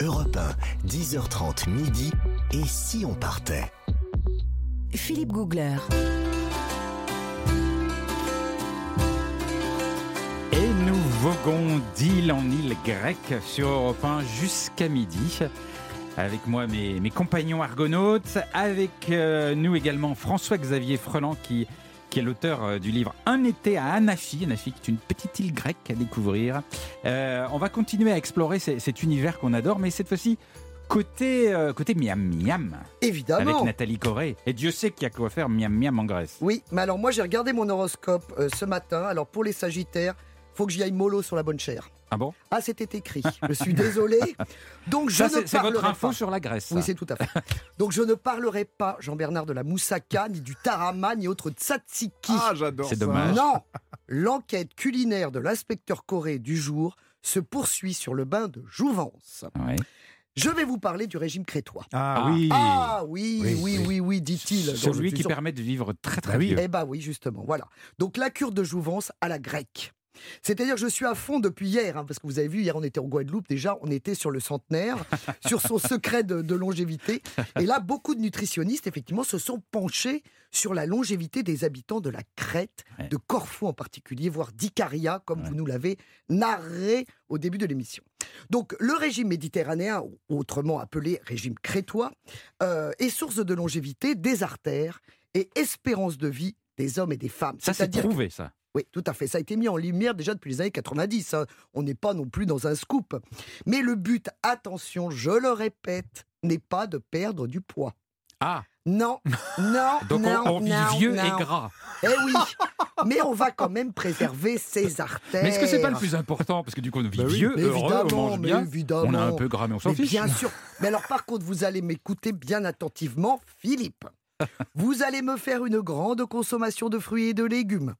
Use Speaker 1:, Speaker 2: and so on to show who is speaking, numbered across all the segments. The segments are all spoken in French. Speaker 1: Europe 1, 10h30 midi. Et si on partait
Speaker 2: Philippe Googler.
Speaker 3: Et nous voguons d'île en île grecque sur Europe 1 jusqu'à midi. Avec moi, mes, mes compagnons argonautes. Avec euh, nous également François-Xavier Frelan qui, qui est l'auteur euh, du livre Un été à Anafi. Anafi qui est une petite île grecque à découvrir. Euh, on va continuer à explorer ce- cet univers qu'on adore, mais cette fois-ci côté, euh, côté Miam Miam. avec
Speaker 4: Évidemment.
Speaker 3: Nathalie Corée. Et Dieu sait qu'il y a quoi faire Miam Miam en Grèce.
Speaker 4: Oui, mais alors moi j'ai regardé mon horoscope euh, ce matin. Alors pour les Sagittaires, faut que j'y aille mollo sur la bonne chair.
Speaker 3: Ah bon
Speaker 4: Ah, c'était écrit. Je suis désolé. Donc je
Speaker 3: Ça,
Speaker 4: ne
Speaker 3: c'est c'est votre
Speaker 4: parlerai
Speaker 3: info
Speaker 4: pas.
Speaker 3: sur la Grèce. ça.
Speaker 4: Oui, c'est tout à fait. Donc je ne parlerai pas, Jean-Bernard, de la moussaka, ni du tarama, ni autre tzatziki.
Speaker 5: Ah, j'adore
Speaker 3: C'est
Speaker 5: ça.
Speaker 3: dommage.
Speaker 4: non L'enquête culinaire de l'inspecteur Corée du jour se poursuit sur le bain de Jouvence.
Speaker 3: Ouais.
Speaker 4: Je vais vous parler du régime crétois.
Speaker 5: Ah,
Speaker 3: Ah.
Speaker 5: oui.
Speaker 4: Ah oui, oui,
Speaker 5: Oui,
Speaker 4: oui, oui,
Speaker 5: oui.
Speaker 4: dit-il. dans le
Speaker 3: Celui qui
Speaker 4: tuson.
Speaker 3: permet de vivre très très
Speaker 5: Bah oui.
Speaker 3: vieux.
Speaker 4: Eh bah oui, justement, voilà. Donc la cure de jouvence à la grecque. C'est-à-dire que je suis à fond depuis hier, hein, parce que vous avez vu, hier on était en Guadeloupe, déjà on était sur le centenaire, sur son secret de, de longévité. Et là, beaucoup de nutritionnistes, effectivement, se sont penchés sur la longévité des habitants de la Crète,
Speaker 3: Ouais.
Speaker 4: de Corfou en particulier, voire d'Icaria, comme vous nous l'avez narré au début de l'émission. Donc le régime méditerranéen, ou autrement appelé régime crétois, euh, est source de longévité des artères et espérance de vie des hommes et des femmes.
Speaker 3: Ça, c'est
Speaker 4: C'est-à-dire
Speaker 3: trouvé, ça.
Speaker 4: oui, tout à fait. Ça a été mis en lumière déjà depuis les années 90. hein. On n'est pas non plus dans un scoop. Mais le but, attention, je le répète, n'est pas de perdre du poids.
Speaker 3: Ah,
Speaker 4: Non, non,
Speaker 3: donc
Speaker 4: non,
Speaker 3: on, on vit
Speaker 4: non,
Speaker 3: vieux et
Speaker 4: non.
Speaker 3: gras.
Speaker 4: Eh oui, mais on va quand même préserver ses artères.
Speaker 3: Mais est-ce que c'est pas le plus important Parce que du coup, on vit
Speaker 5: Bah oui.
Speaker 3: vieux,
Speaker 4: Mais
Speaker 3: heureux, on
Speaker 4: évidemment,
Speaker 3: mange
Speaker 4: mais
Speaker 3: bien.
Speaker 4: évidemment.
Speaker 3: On a un peu gras, mais on s'en
Speaker 4: Mais
Speaker 3: fiche.
Speaker 4: bien sûr. Mais alors, par contre, vous allez m'écouter bien attentivement, Philippe. Vous allez me faire une grande consommation de fruits et de légumes,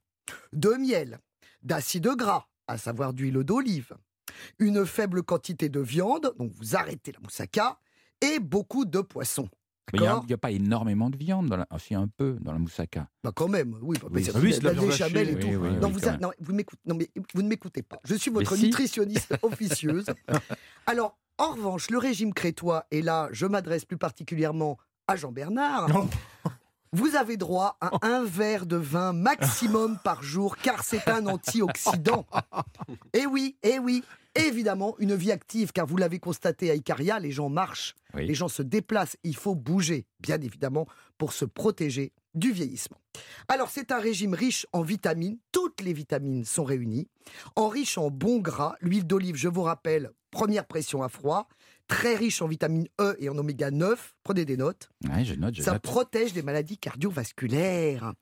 Speaker 4: de miel, d'acides gras, à savoir d'huile d'olive, une faible quantité de viande, donc vous arrêtez la moussaka, et beaucoup de poissons.
Speaker 3: Mais il n'y a,
Speaker 4: D'accord
Speaker 3: il y a pas énormément de viande, dans la, ah, si, un peu, dans la moussaka.
Speaker 4: Bah quand même, oui, bah,
Speaker 3: Oui,
Speaker 4: parce qu'il
Speaker 5: oui,
Speaker 4: y a
Speaker 5: c'est
Speaker 4: de
Speaker 5: la
Speaker 4: la
Speaker 5: viande hachée,
Speaker 4: béchamel et
Speaker 3: oui,
Speaker 4: tout.
Speaker 3: oui,
Speaker 4: non,
Speaker 3: oui,
Speaker 4: vous
Speaker 3: quand
Speaker 4: a-
Speaker 3: même.
Speaker 4: non, vous m'écoutez- non, mais vous ne m'écoutez pas. Je suis votre
Speaker 3: si.
Speaker 4: nutritionniste officieuse. Alors, en revanche, le régime crétois, et là, je m'adresse plus particulièrement à Jean-Bernard.
Speaker 5: Non.
Speaker 4: Vous avez droit à un verre de vin maximum par jour, car c'est un antioxydant. Eh oui, eh oui. Évidemment, une vie active, car vous l'avez constaté à Icaria, les gens marchent,
Speaker 3: Oui.
Speaker 4: les gens se déplacent, il faut bouger, bien évidemment, pour se protéger du vieillissement. Alors, c'est un régime riche en vitamines, toutes les vitamines sont réunies, en riche en bons gras, l'huile d'olive, je vous rappelle, première pression à froid, très riche en vitamine E et en oméga 9, prenez des notes.
Speaker 3: Ouais, je note, je
Speaker 4: Ça
Speaker 3: note.
Speaker 4: protège des maladies cardiovasculaires.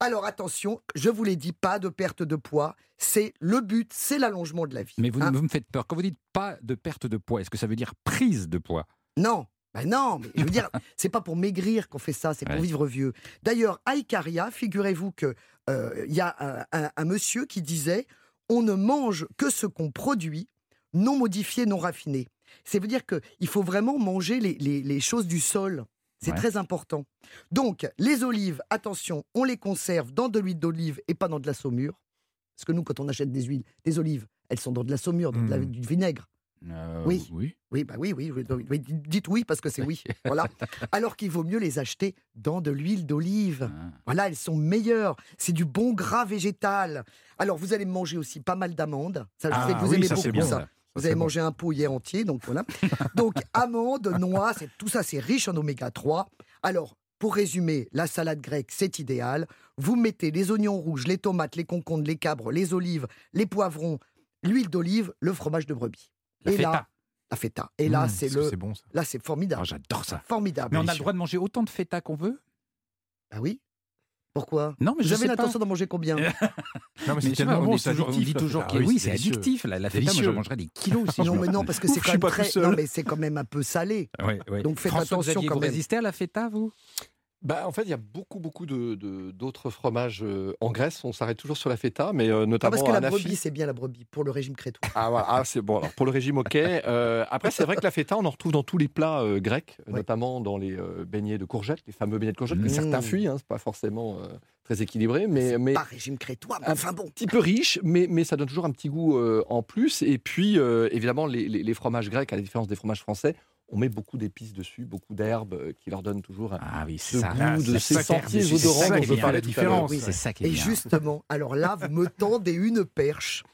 Speaker 4: Alors attention, je vous l'ai dit, pas de perte de poids. C'est le but, c'est l'allongement de la vie.
Speaker 3: Mais vous,
Speaker 4: hein.
Speaker 3: vous me faites peur. Quand vous dites pas de perte de poids, est-ce que ça veut dire prise de poids
Speaker 4: Non, bah non, mais je veux dire, c'est pas pour maigrir qu'on fait ça, c'est pour
Speaker 3: Ouais.
Speaker 4: vivre vieux. D'ailleurs, à Icaria, figurez-vous que euh, il y a un, un- un monsieur qui disait on ne mange que ce qu'on produit, non modifié, non raffiné. Ça veut dire qu'il faut vraiment manger les, les- les choses du sol. C'est
Speaker 3: Ouais.
Speaker 4: très important. Donc, les olives, attention, on les conserve dans de l'huile d'olive et pas dans de la saumure. Parce que nous, quand on achète des huiles, des olives, elles sont dans de la saumure, dans de la-
Speaker 3: Mmh.
Speaker 5: Mhm.
Speaker 4: du vinaigre.
Speaker 3: Euh,
Speaker 4: Oui.
Speaker 3: oui.
Speaker 4: Oui, bah oui, oui, oui, oui, oui, dites dites oui parce que c'est oui. Voilà. Alors qu'il vaut mieux les acheter dans de l'huile d'olive.
Speaker 3: Ah,
Speaker 4: Voilà, elles sont meilleures. C'est du bon gras végétal. Alors vous allez manger aussi pas mal d'amandes. Ça, je
Speaker 3: Ah
Speaker 4: sais que vous
Speaker 3: oui,
Speaker 4: aimez
Speaker 3: ça, c'est
Speaker 4: beaucoup
Speaker 3: bien,
Speaker 4: ça.
Speaker 3: ça.
Speaker 4: Vous
Speaker 5: c'est
Speaker 4: avez
Speaker 5: bon.
Speaker 4: mangé un pot hier entier, donc voilà. Donc amandes, noix, c'est- tout ça c'est riche en oméga 3. Alors, pour résumer, la salade grecque, c'est idéal. Vous mettez les oignons rouges, les tomates, les concombres, les cabres, les olives, les poivrons, l'huile d'olive, le fromage de brebis.
Speaker 3: La
Speaker 4: et là,
Speaker 3: feta.
Speaker 4: la feta. Et là,
Speaker 5: Mmh,
Speaker 4: c'est
Speaker 5: parce que
Speaker 4: le.
Speaker 5: C'est bon, ça. Ah,
Speaker 4: Là, c'est
Speaker 3: Oh,
Speaker 4: formidable.
Speaker 3: J'adore ça.
Speaker 4: Formidable.
Speaker 3: Mais on a le droit de manger autant de feta qu'on veut
Speaker 4: Ah oui Pourquoi
Speaker 3: Non, mais je
Speaker 4: J'avais
Speaker 3: sais pas.
Speaker 4: l'intention d'en manger combien
Speaker 5: Non, mais
Speaker 3: Mais
Speaker 5: c'est
Speaker 3: je sais pas,
Speaker 5: tellement
Speaker 3: on
Speaker 5: bon,
Speaker 3: dit
Speaker 5: c'est
Speaker 3: toujours, on dit
Speaker 5: addictif, la
Speaker 3: toujours
Speaker 5: feta.
Speaker 3: que
Speaker 5: Ah
Speaker 3: oui, c'est
Speaker 5: c'est délicieux.
Speaker 3: addictif. La, la feta, moi, je
Speaker 5: Délicieux.
Speaker 3: mangerais des kilos si
Speaker 4: Non,
Speaker 3: je
Speaker 4: mais non, parce que
Speaker 5: Ouf,
Speaker 4: c'est
Speaker 5: je
Speaker 4: quand
Speaker 5: suis
Speaker 4: même
Speaker 5: pas
Speaker 4: très.
Speaker 5: tout seul. Ah,
Speaker 4: Non, mais c'est quand même un peu salé.
Speaker 3: Ouais, ouais.
Speaker 4: Donc faites
Speaker 3: François
Speaker 4: attention
Speaker 3: Xavier,
Speaker 4: quand
Speaker 3: vous
Speaker 4: même.
Speaker 3: résistez à la feta, vous
Speaker 6: Bah, en fait, il y a beaucoup, beaucoup d'autres de, d'autres fromages euh, en Grèce. On s'arrête toujours sur la feta, mais euh,
Speaker 4: Ah,
Speaker 6: notamment
Speaker 4: parce que la
Speaker 6: à Anafi.
Speaker 4: brebis, c'est bien la brebis pour le régime crétois.
Speaker 6: Ah, voilà. Ah, c'est bon. Alors, pour le régime, ok. Euh, après, c'est vrai que la feta, on en retrouve dans tous les plats euh, grecs,
Speaker 4: Ouais.
Speaker 6: notamment dans les euh, beignets de courgettes, les fameux beignets de courgettes que
Speaker 4: Mmh.
Speaker 6: certains fuient. Hein, c'est pas forcément euh, très équilibré, mais, mais
Speaker 4: Pas régime crétois, mais
Speaker 6: Ah.
Speaker 4: enfin bon.
Speaker 6: un petit peu riche, mais, mais ça donne toujours un petit goût euh, en plus. Et puis, euh, évidemment, les, les- les fromages grecs, à la différence des fromages français, on met beaucoup d'épices dessus, beaucoup d'herbes euh, qui leur donnent toujours un,
Speaker 3: Ah oui, c'est
Speaker 6: Le
Speaker 3: ça.
Speaker 6: goût
Speaker 3: C'est
Speaker 6: de ces
Speaker 3: ça qui est-
Speaker 6: sentiers
Speaker 3: c'est ça
Speaker 6: odorants
Speaker 3: qui
Speaker 6: dont
Speaker 3: est
Speaker 6: je
Speaker 3: bien, la
Speaker 6: parlais tout à l'heure.
Speaker 3: différence.
Speaker 4: Oui.
Speaker 3: C'est ça qui est
Speaker 4: Et
Speaker 3: bien.
Speaker 4: justement, alors là, vous me tendez une perche.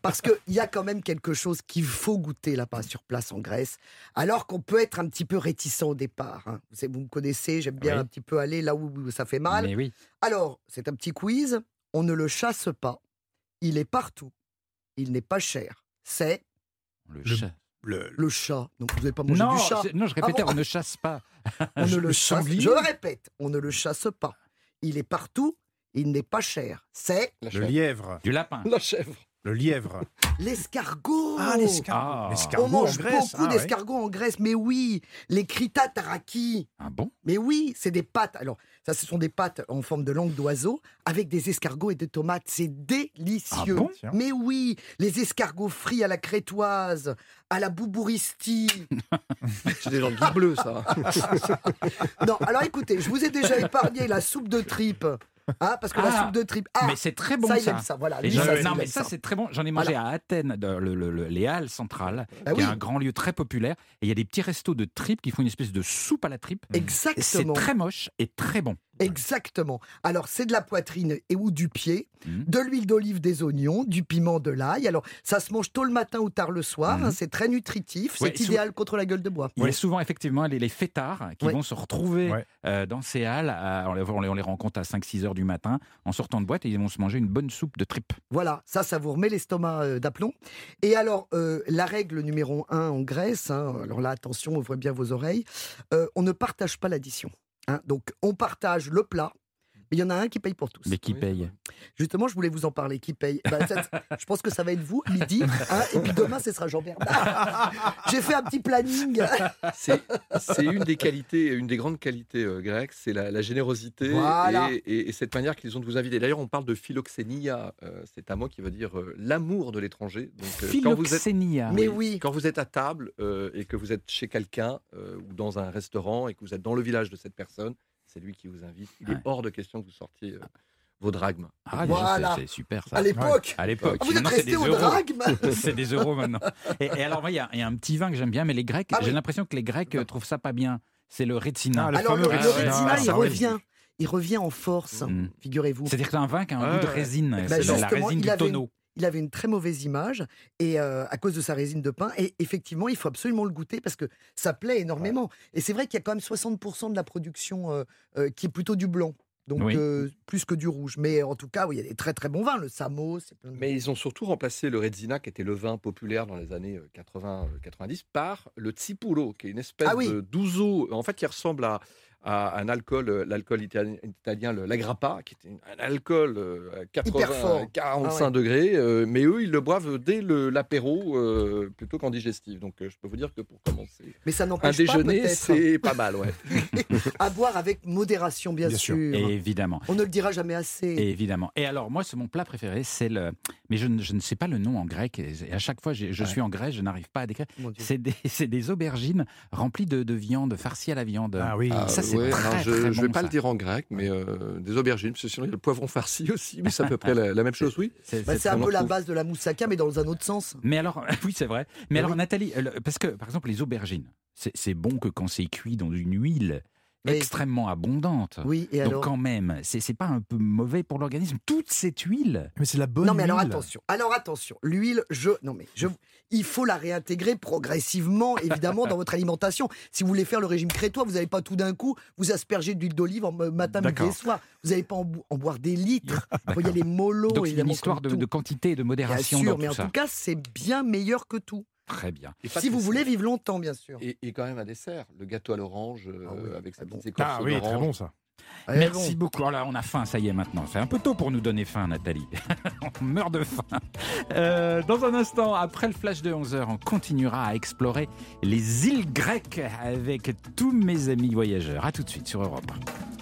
Speaker 4: Parce qu'il y a quand même quelque chose qu'il faut goûter là-bas sur place en Grèce, alors qu'on peut être un petit peu réticent au départ. hein. Vous, savez, vous me connaissez, j'aime bien
Speaker 3: Oui.
Speaker 4: un petit peu aller là où où ça fait mal.
Speaker 3: Mais oui.
Speaker 4: Alors, c'est un petit quiz. On ne le chasse pas. Il est partout. Il n'est pas cher. C'est
Speaker 3: Le
Speaker 5: Le-
Speaker 3: chat.
Speaker 4: le chat. Donc, vous n'avez pas mangé
Speaker 3: Non,
Speaker 4: du chat.
Speaker 3: c'est- non, je répétais,
Speaker 4: Ah bon
Speaker 3: on ne chasse pas.
Speaker 4: On ne
Speaker 5: le
Speaker 4: le chasse.
Speaker 5: sanglier
Speaker 4: Je le répète, on ne le chasse pas. Il est partout. Il n'est pas cher. C'est
Speaker 6: La
Speaker 5: Le
Speaker 6: chèvre.
Speaker 5: lièvre.
Speaker 3: Du lapin.
Speaker 6: La chèvre.
Speaker 5: Le lièvre.
Speaker 4: l'escargot.
Speaker 3: l'escargot. Ah.
Speaker 5: L'escargot
Speaker 4: On mange
Speaker 5: en Grèce,
Speaker 4: beaucoup
Speaker 5: ah ouais.
Speaker 4: d'escargots en Grèce, mais oui, les kritataraki.
Speaker 3: Ah bon
Speaker 4: Mais oui, c'est des pâtes. Alors, ça, ce sont des pâtes en forme de langue d'oiseau avec des escargots et des tomates. C'est
Speaker 3: Ah
Speaker 4: délicieux.
Speaker 3: bon
Speaker 5: Tiens.
Speaker 4: Mais oui, les escargots frits à la crétoise, à la boubouristie.
Speaker 6: C'est des gens de guide bleu, ça.
Speaker 4: Non, alors écoutez, je vous ai déjà épargné la soupe de tripes. Hein, parce que la
Speaker 3: Ah,
Speaker 4: soupe de tripes. Ah,
Speaker 3: Mais c'est très bon
Speaker 4: ça,
Speaker 3: ça.
Speaker 4: il aime ça. Voilà,
Speaker 3: Et
Speaker 4: lui,
Speaker 3: j'en-
Speaker 4: ça,
Speaker 3: non
Speaker 4: il
Speaker 3: mais
Speaker 4: aime
Speaker 3: ça c'est très bon. J'en ai mangé à Athènes, dans le- le- le- les Halles centrales,
Speaker 4: Ah
Speaker 3: qui
Speaker 4: oui,
Speaker 3: est un grand lieu très populaire. Et il y a des petits restos de tripes qui font une espèce de soupe à la tripe. Et C'est
Speaker 4: exactement.
Speaker 3: très moche et très bon.
Speaker 4: Exactement. Alors, c'est de la poitrine et ou du pied,
Speaker 3: Mhm.
Speaker 4: de l'huile d'olive, des oignons, du piment, de l'ail. Alors, ça se mange tôt le matin ou tard le soir.
Speaker 3: Mhm.
Speaker 4: hein, c'est très nutritif.
Speaker 3: Ouais,
Speaker 4: c'est
Speaker 3: sous-
Speaker 4: idéal contre la gueule de bois.
Speaker 3: Il y a souvent effectivement les, les fêtards qui
Speaker 4: Ouais.
Speaker 3: vont se retrouver
Speaker 5: Ouais.
Speaker 3: euh, dans ces halles. à- on, les, on les- on les rencontre à 5-6 heures du matin en sortant de boîte et ils vont se manger une bonne soupe de tripes.
Speaker 4: Voilà, ça, ça vous remet l'estomac euh, d'aplomb. Et alors, euh, la règle numéro un en Grèce, hein, alors là, attention, ouvrez bien vos oreilles, euh, on ne partage pas l'addition. hein. Donc, on partage le plat, mais il y en a un qui paye pour tous.
Speaker 3: Mais qui
Speaker 6: Oui.
Speaker 4: euh,
Speaker 3: paye
Speaker 4: Justement, je voulais vous en parler. Qui paye Bah, ça, Je pense que ça va être vous, midi. hein, et puis demain, ce sera Jean Bernard. J'ai fait un petit planning.
Speaker 3: Ah,
Speaker 6: C'est c'est une des qualités, une des grandes qualités euh, grecques, c'est la, la générosité
Speaker 4: Voilà.
Speaker 6: et, et- et cette manière qu'ils ont de vous inviter. D'ailleurs, on parle de philoxénia, euh, c'est un mot qui veut dire euh, l'amour de l'étranger. Donc, euh, quand vous êtes
Speaker 3: Philoxénia.
Speaker 4: Mais oui.
Speaker 6: Quand vous êtes à table euh, et que vous êtes chez quelqu'un euh, ou dans un restaurant et que vous êtes dans le village de cette personne, c'est lui qui vous invite. Il
Speaker 3: Ouais.
Speaker 6: est hors de question que vous sortiez euh, vos dragmes.
Speaker 3: Ah, déjà,
Speaker 4: Voilà.
Speaker 3: c'est- C'est super ça.
Speaker 4: À l'époque,
Speaker 3: À l'époque.
Speaker 4: Ah, vous êtes
Speaker 3: Maintenant, c'est des
Speaker 4: resté au
Speaker 3: euros.
Speaker 4: dragme.
Speaker 3: C'est des euros maintenant. Et, et alors, moi, il y, a- il y a un petit vin que j'aime bien, mais les Grecs,
Speaker 4: Ah oui.
Speaker 3: j'ai l'impression que les Grecs euh, trouvent ça pas bien. C'est le retsina.
Speaker 5: Ah,
Speaker 4: Alors, le,
Speaker 5: fameux
Speaker 4: le
Speaker 5: Retsina,
Speaker 4: Retsina,
Speaker 5: ah,
Speaker 4: il
Speaker 5: ça, oui.
Speaker 4: revient. Il revient en force,
Speaker 3: Mm.
Speaker 4: figurez-vous.
Speaker 3: C'est-à-dire que c'est un vin qui a un
Speaker 6: Ah,
Speaker 3: goût de
Speaker 6: ouais.
Speaker 3: résine.
Speaker 4: Bah,
Speaker 3: c'est la- la
Speaker 4: justement,
Speaker 3: résine
Speaker 4: il
Speaker 3: du
Speaker 4: avait une-
Speaker 3: tonneau.
Speaker 4: Il avait une très mauvaise image et euh, à cause de sa résine de pain. Et effectivement, il faut absolument le goûter parce que ça plaît énormément. Et c'est vrai qu'il y a quand même 60% de la production euh, euh, qui est plutôt du blanc. Donc,
Speaker 3: Oui.
Speaker 4: euh, plus que du rouge. Mais en tout cas, oui, il y a des très très bons vins. Le Samos, c'est plein de-
Speaker 6: Mais ils ont surtout remplacé le Redzina, qui était le vin populaire dans les années euh, 80-90, par le Tsipuro, qui est une espèce
Speaker 4: Ah oui.
Speaker 6: de d'ouzo, euh, en fait, qui ressemble à, à un alcool, euh, l'alcool italien, italien, le- l'Agrappa, qui est un alcool euh, à 80,
Speaker 4: fort.
Speaker 6: 45
Speaker 4: Ah ouais.
Speaker 6: degrés, euh, mais eux, ils le boivent dès le- l'apéro euh, plutôt qu'en digestif. Donc, euh, je peux vous dire que pour commencer,
Speaker 4: Mais ça
Speaker 6: un
Speaker 4: n'empêche pas
Speaker 6: déjeuner,
Speaker 4: peut-être
Speaker 6: c'est pas mal, ouais.
Speaker 4: à boire avec modération, bien,
Speaker 5: Bien
Speaker 4: sûr.
Speaker 5: sûr.
Speaker 3: Et évidemment.
Speaker 4: On ne le dira jamais assez.
Speaker 3: Et évidemment. Et alors, moi, c'est mon plat préféré, c'est le. Mais je ne, je ne sais pas le nom en grec. Et et à chaque fois, j'ai- je suis en Grèce, je n'arrive pas à décrire.
Speaker 4: Mon Dieu.
Speaker 3: C'est des, c'est des aubergines remplies de, de viande, farcies à la viande.
Speaker 5: Ah oui.
Speaker 6: Ah,
Speaker 3: Ça, c'est
Speaker 6: ouais,
Speaker 3: très,
Speaker 6: alors, je
Speaker 3: très
Speaker 6: ne vais
Speaker 3: bon,
Speaker 6: pas
Speaker 3: ça.
Speaker 6: le dire en grec, mais euh, des aubergines, parce que sinon il y a le poivron farci aussi, mais c'est à peu près la, la même chose, oui.
Speaker 3: C'est c'est
Speaker 4: Bah,
Speaker 3: Euh,
Speaker 4: c'est un
Speaker 3: très
Speaker 4: peu
Speaker 3: bon.
Speaker 4: la base de la moussaka, mais dans un autre sens.
Speaker 3: Mais alors, oui, c'est vrai. Mais
Speaker 4: Ah
Speaker 3: alors,
Speaker 4: oui.
Speaker 3: Nathalie, euh, le- parce que, par exemple, les aubergines, c'est c'est bon que quand c'est cuit dans une huile
Speaker 4: Oui.
Speaker 3: extrêmement abondante.
Speaker 4: Oui, et
Speaker 3: Donc,
Speaker 4: alors
Speaker 3: quand même, c'est c'est pas un peu mauvais pour l'organisme Toute cette huile
Speaker 5: Mais c'est la bonne
Speaker 4: Non, mais alors
Speaker 5: huile.
Speaker 4: attention. Alors attention. L'huile, je. Non, mais je. Il faut la réintégrer progressivement, évidemment, dans votre alimentation. Si vous voulez faire le régime crétois, vous n'allez pas tout d'un coup vous asperger d'huile d'olive en euh, matin, midi et
Speaker 5: D'accord.
Speaker 4: soir. Vous n'allez pas en, bo- en boire des litres. Il faut y aller mollo,
Speaker 3: Donc, c'est une
Speaker 4: Oh, évidemment,
Speaker 3: histoire
Speaker 4: comme
Speaker 3: de,
Speaker 4: tout.
Speaker 3: de quantité et de
Speaker 4: Bien
Speaker 3: modération
Speaker 4: sûr,
Speaker 3: dans
Speaker 4: mais
Speaker 3: tout
Speaker 4: en
Speaker 3: ça.
Speaker 4: tout cas, c'est bien meilleur que tout.
Speaker 3: Très bien.
Speaker 6: Et pas
Speaker 4: si
Speaker 6: de
Speaker 4: vous
Speaker 6: dessert.
Speaker 4: voulez vivre longtemps, bien sûr.
Speaker 6: Et, et quand même un dessert, le gâteau à l'orange euh,
Speaker 4: Ah oui,
Speaker 6: avec sa
Speaker 4: très
Speaker 6: petite
Speaker 4: bon.
Speaker 6: écorce
Speaker 5: Ah oui, très
Speaker 6: d'orange.
Speaker 5: bon ça.
Speaker 4: Eh
Speaker 3: Merci
Speaker 4: bon.
Speaker 3: beaucoup. Alors là, on a faim, ça y est maintenant. C'est un peu tôt pour nous donner faim, Nathalie. on meurt de faim. Euh, dans un instant, après le flash de 11h, on continuera à explorer les îles grecques avec tous mes amis voyageurs. À tout de suite sur Europe.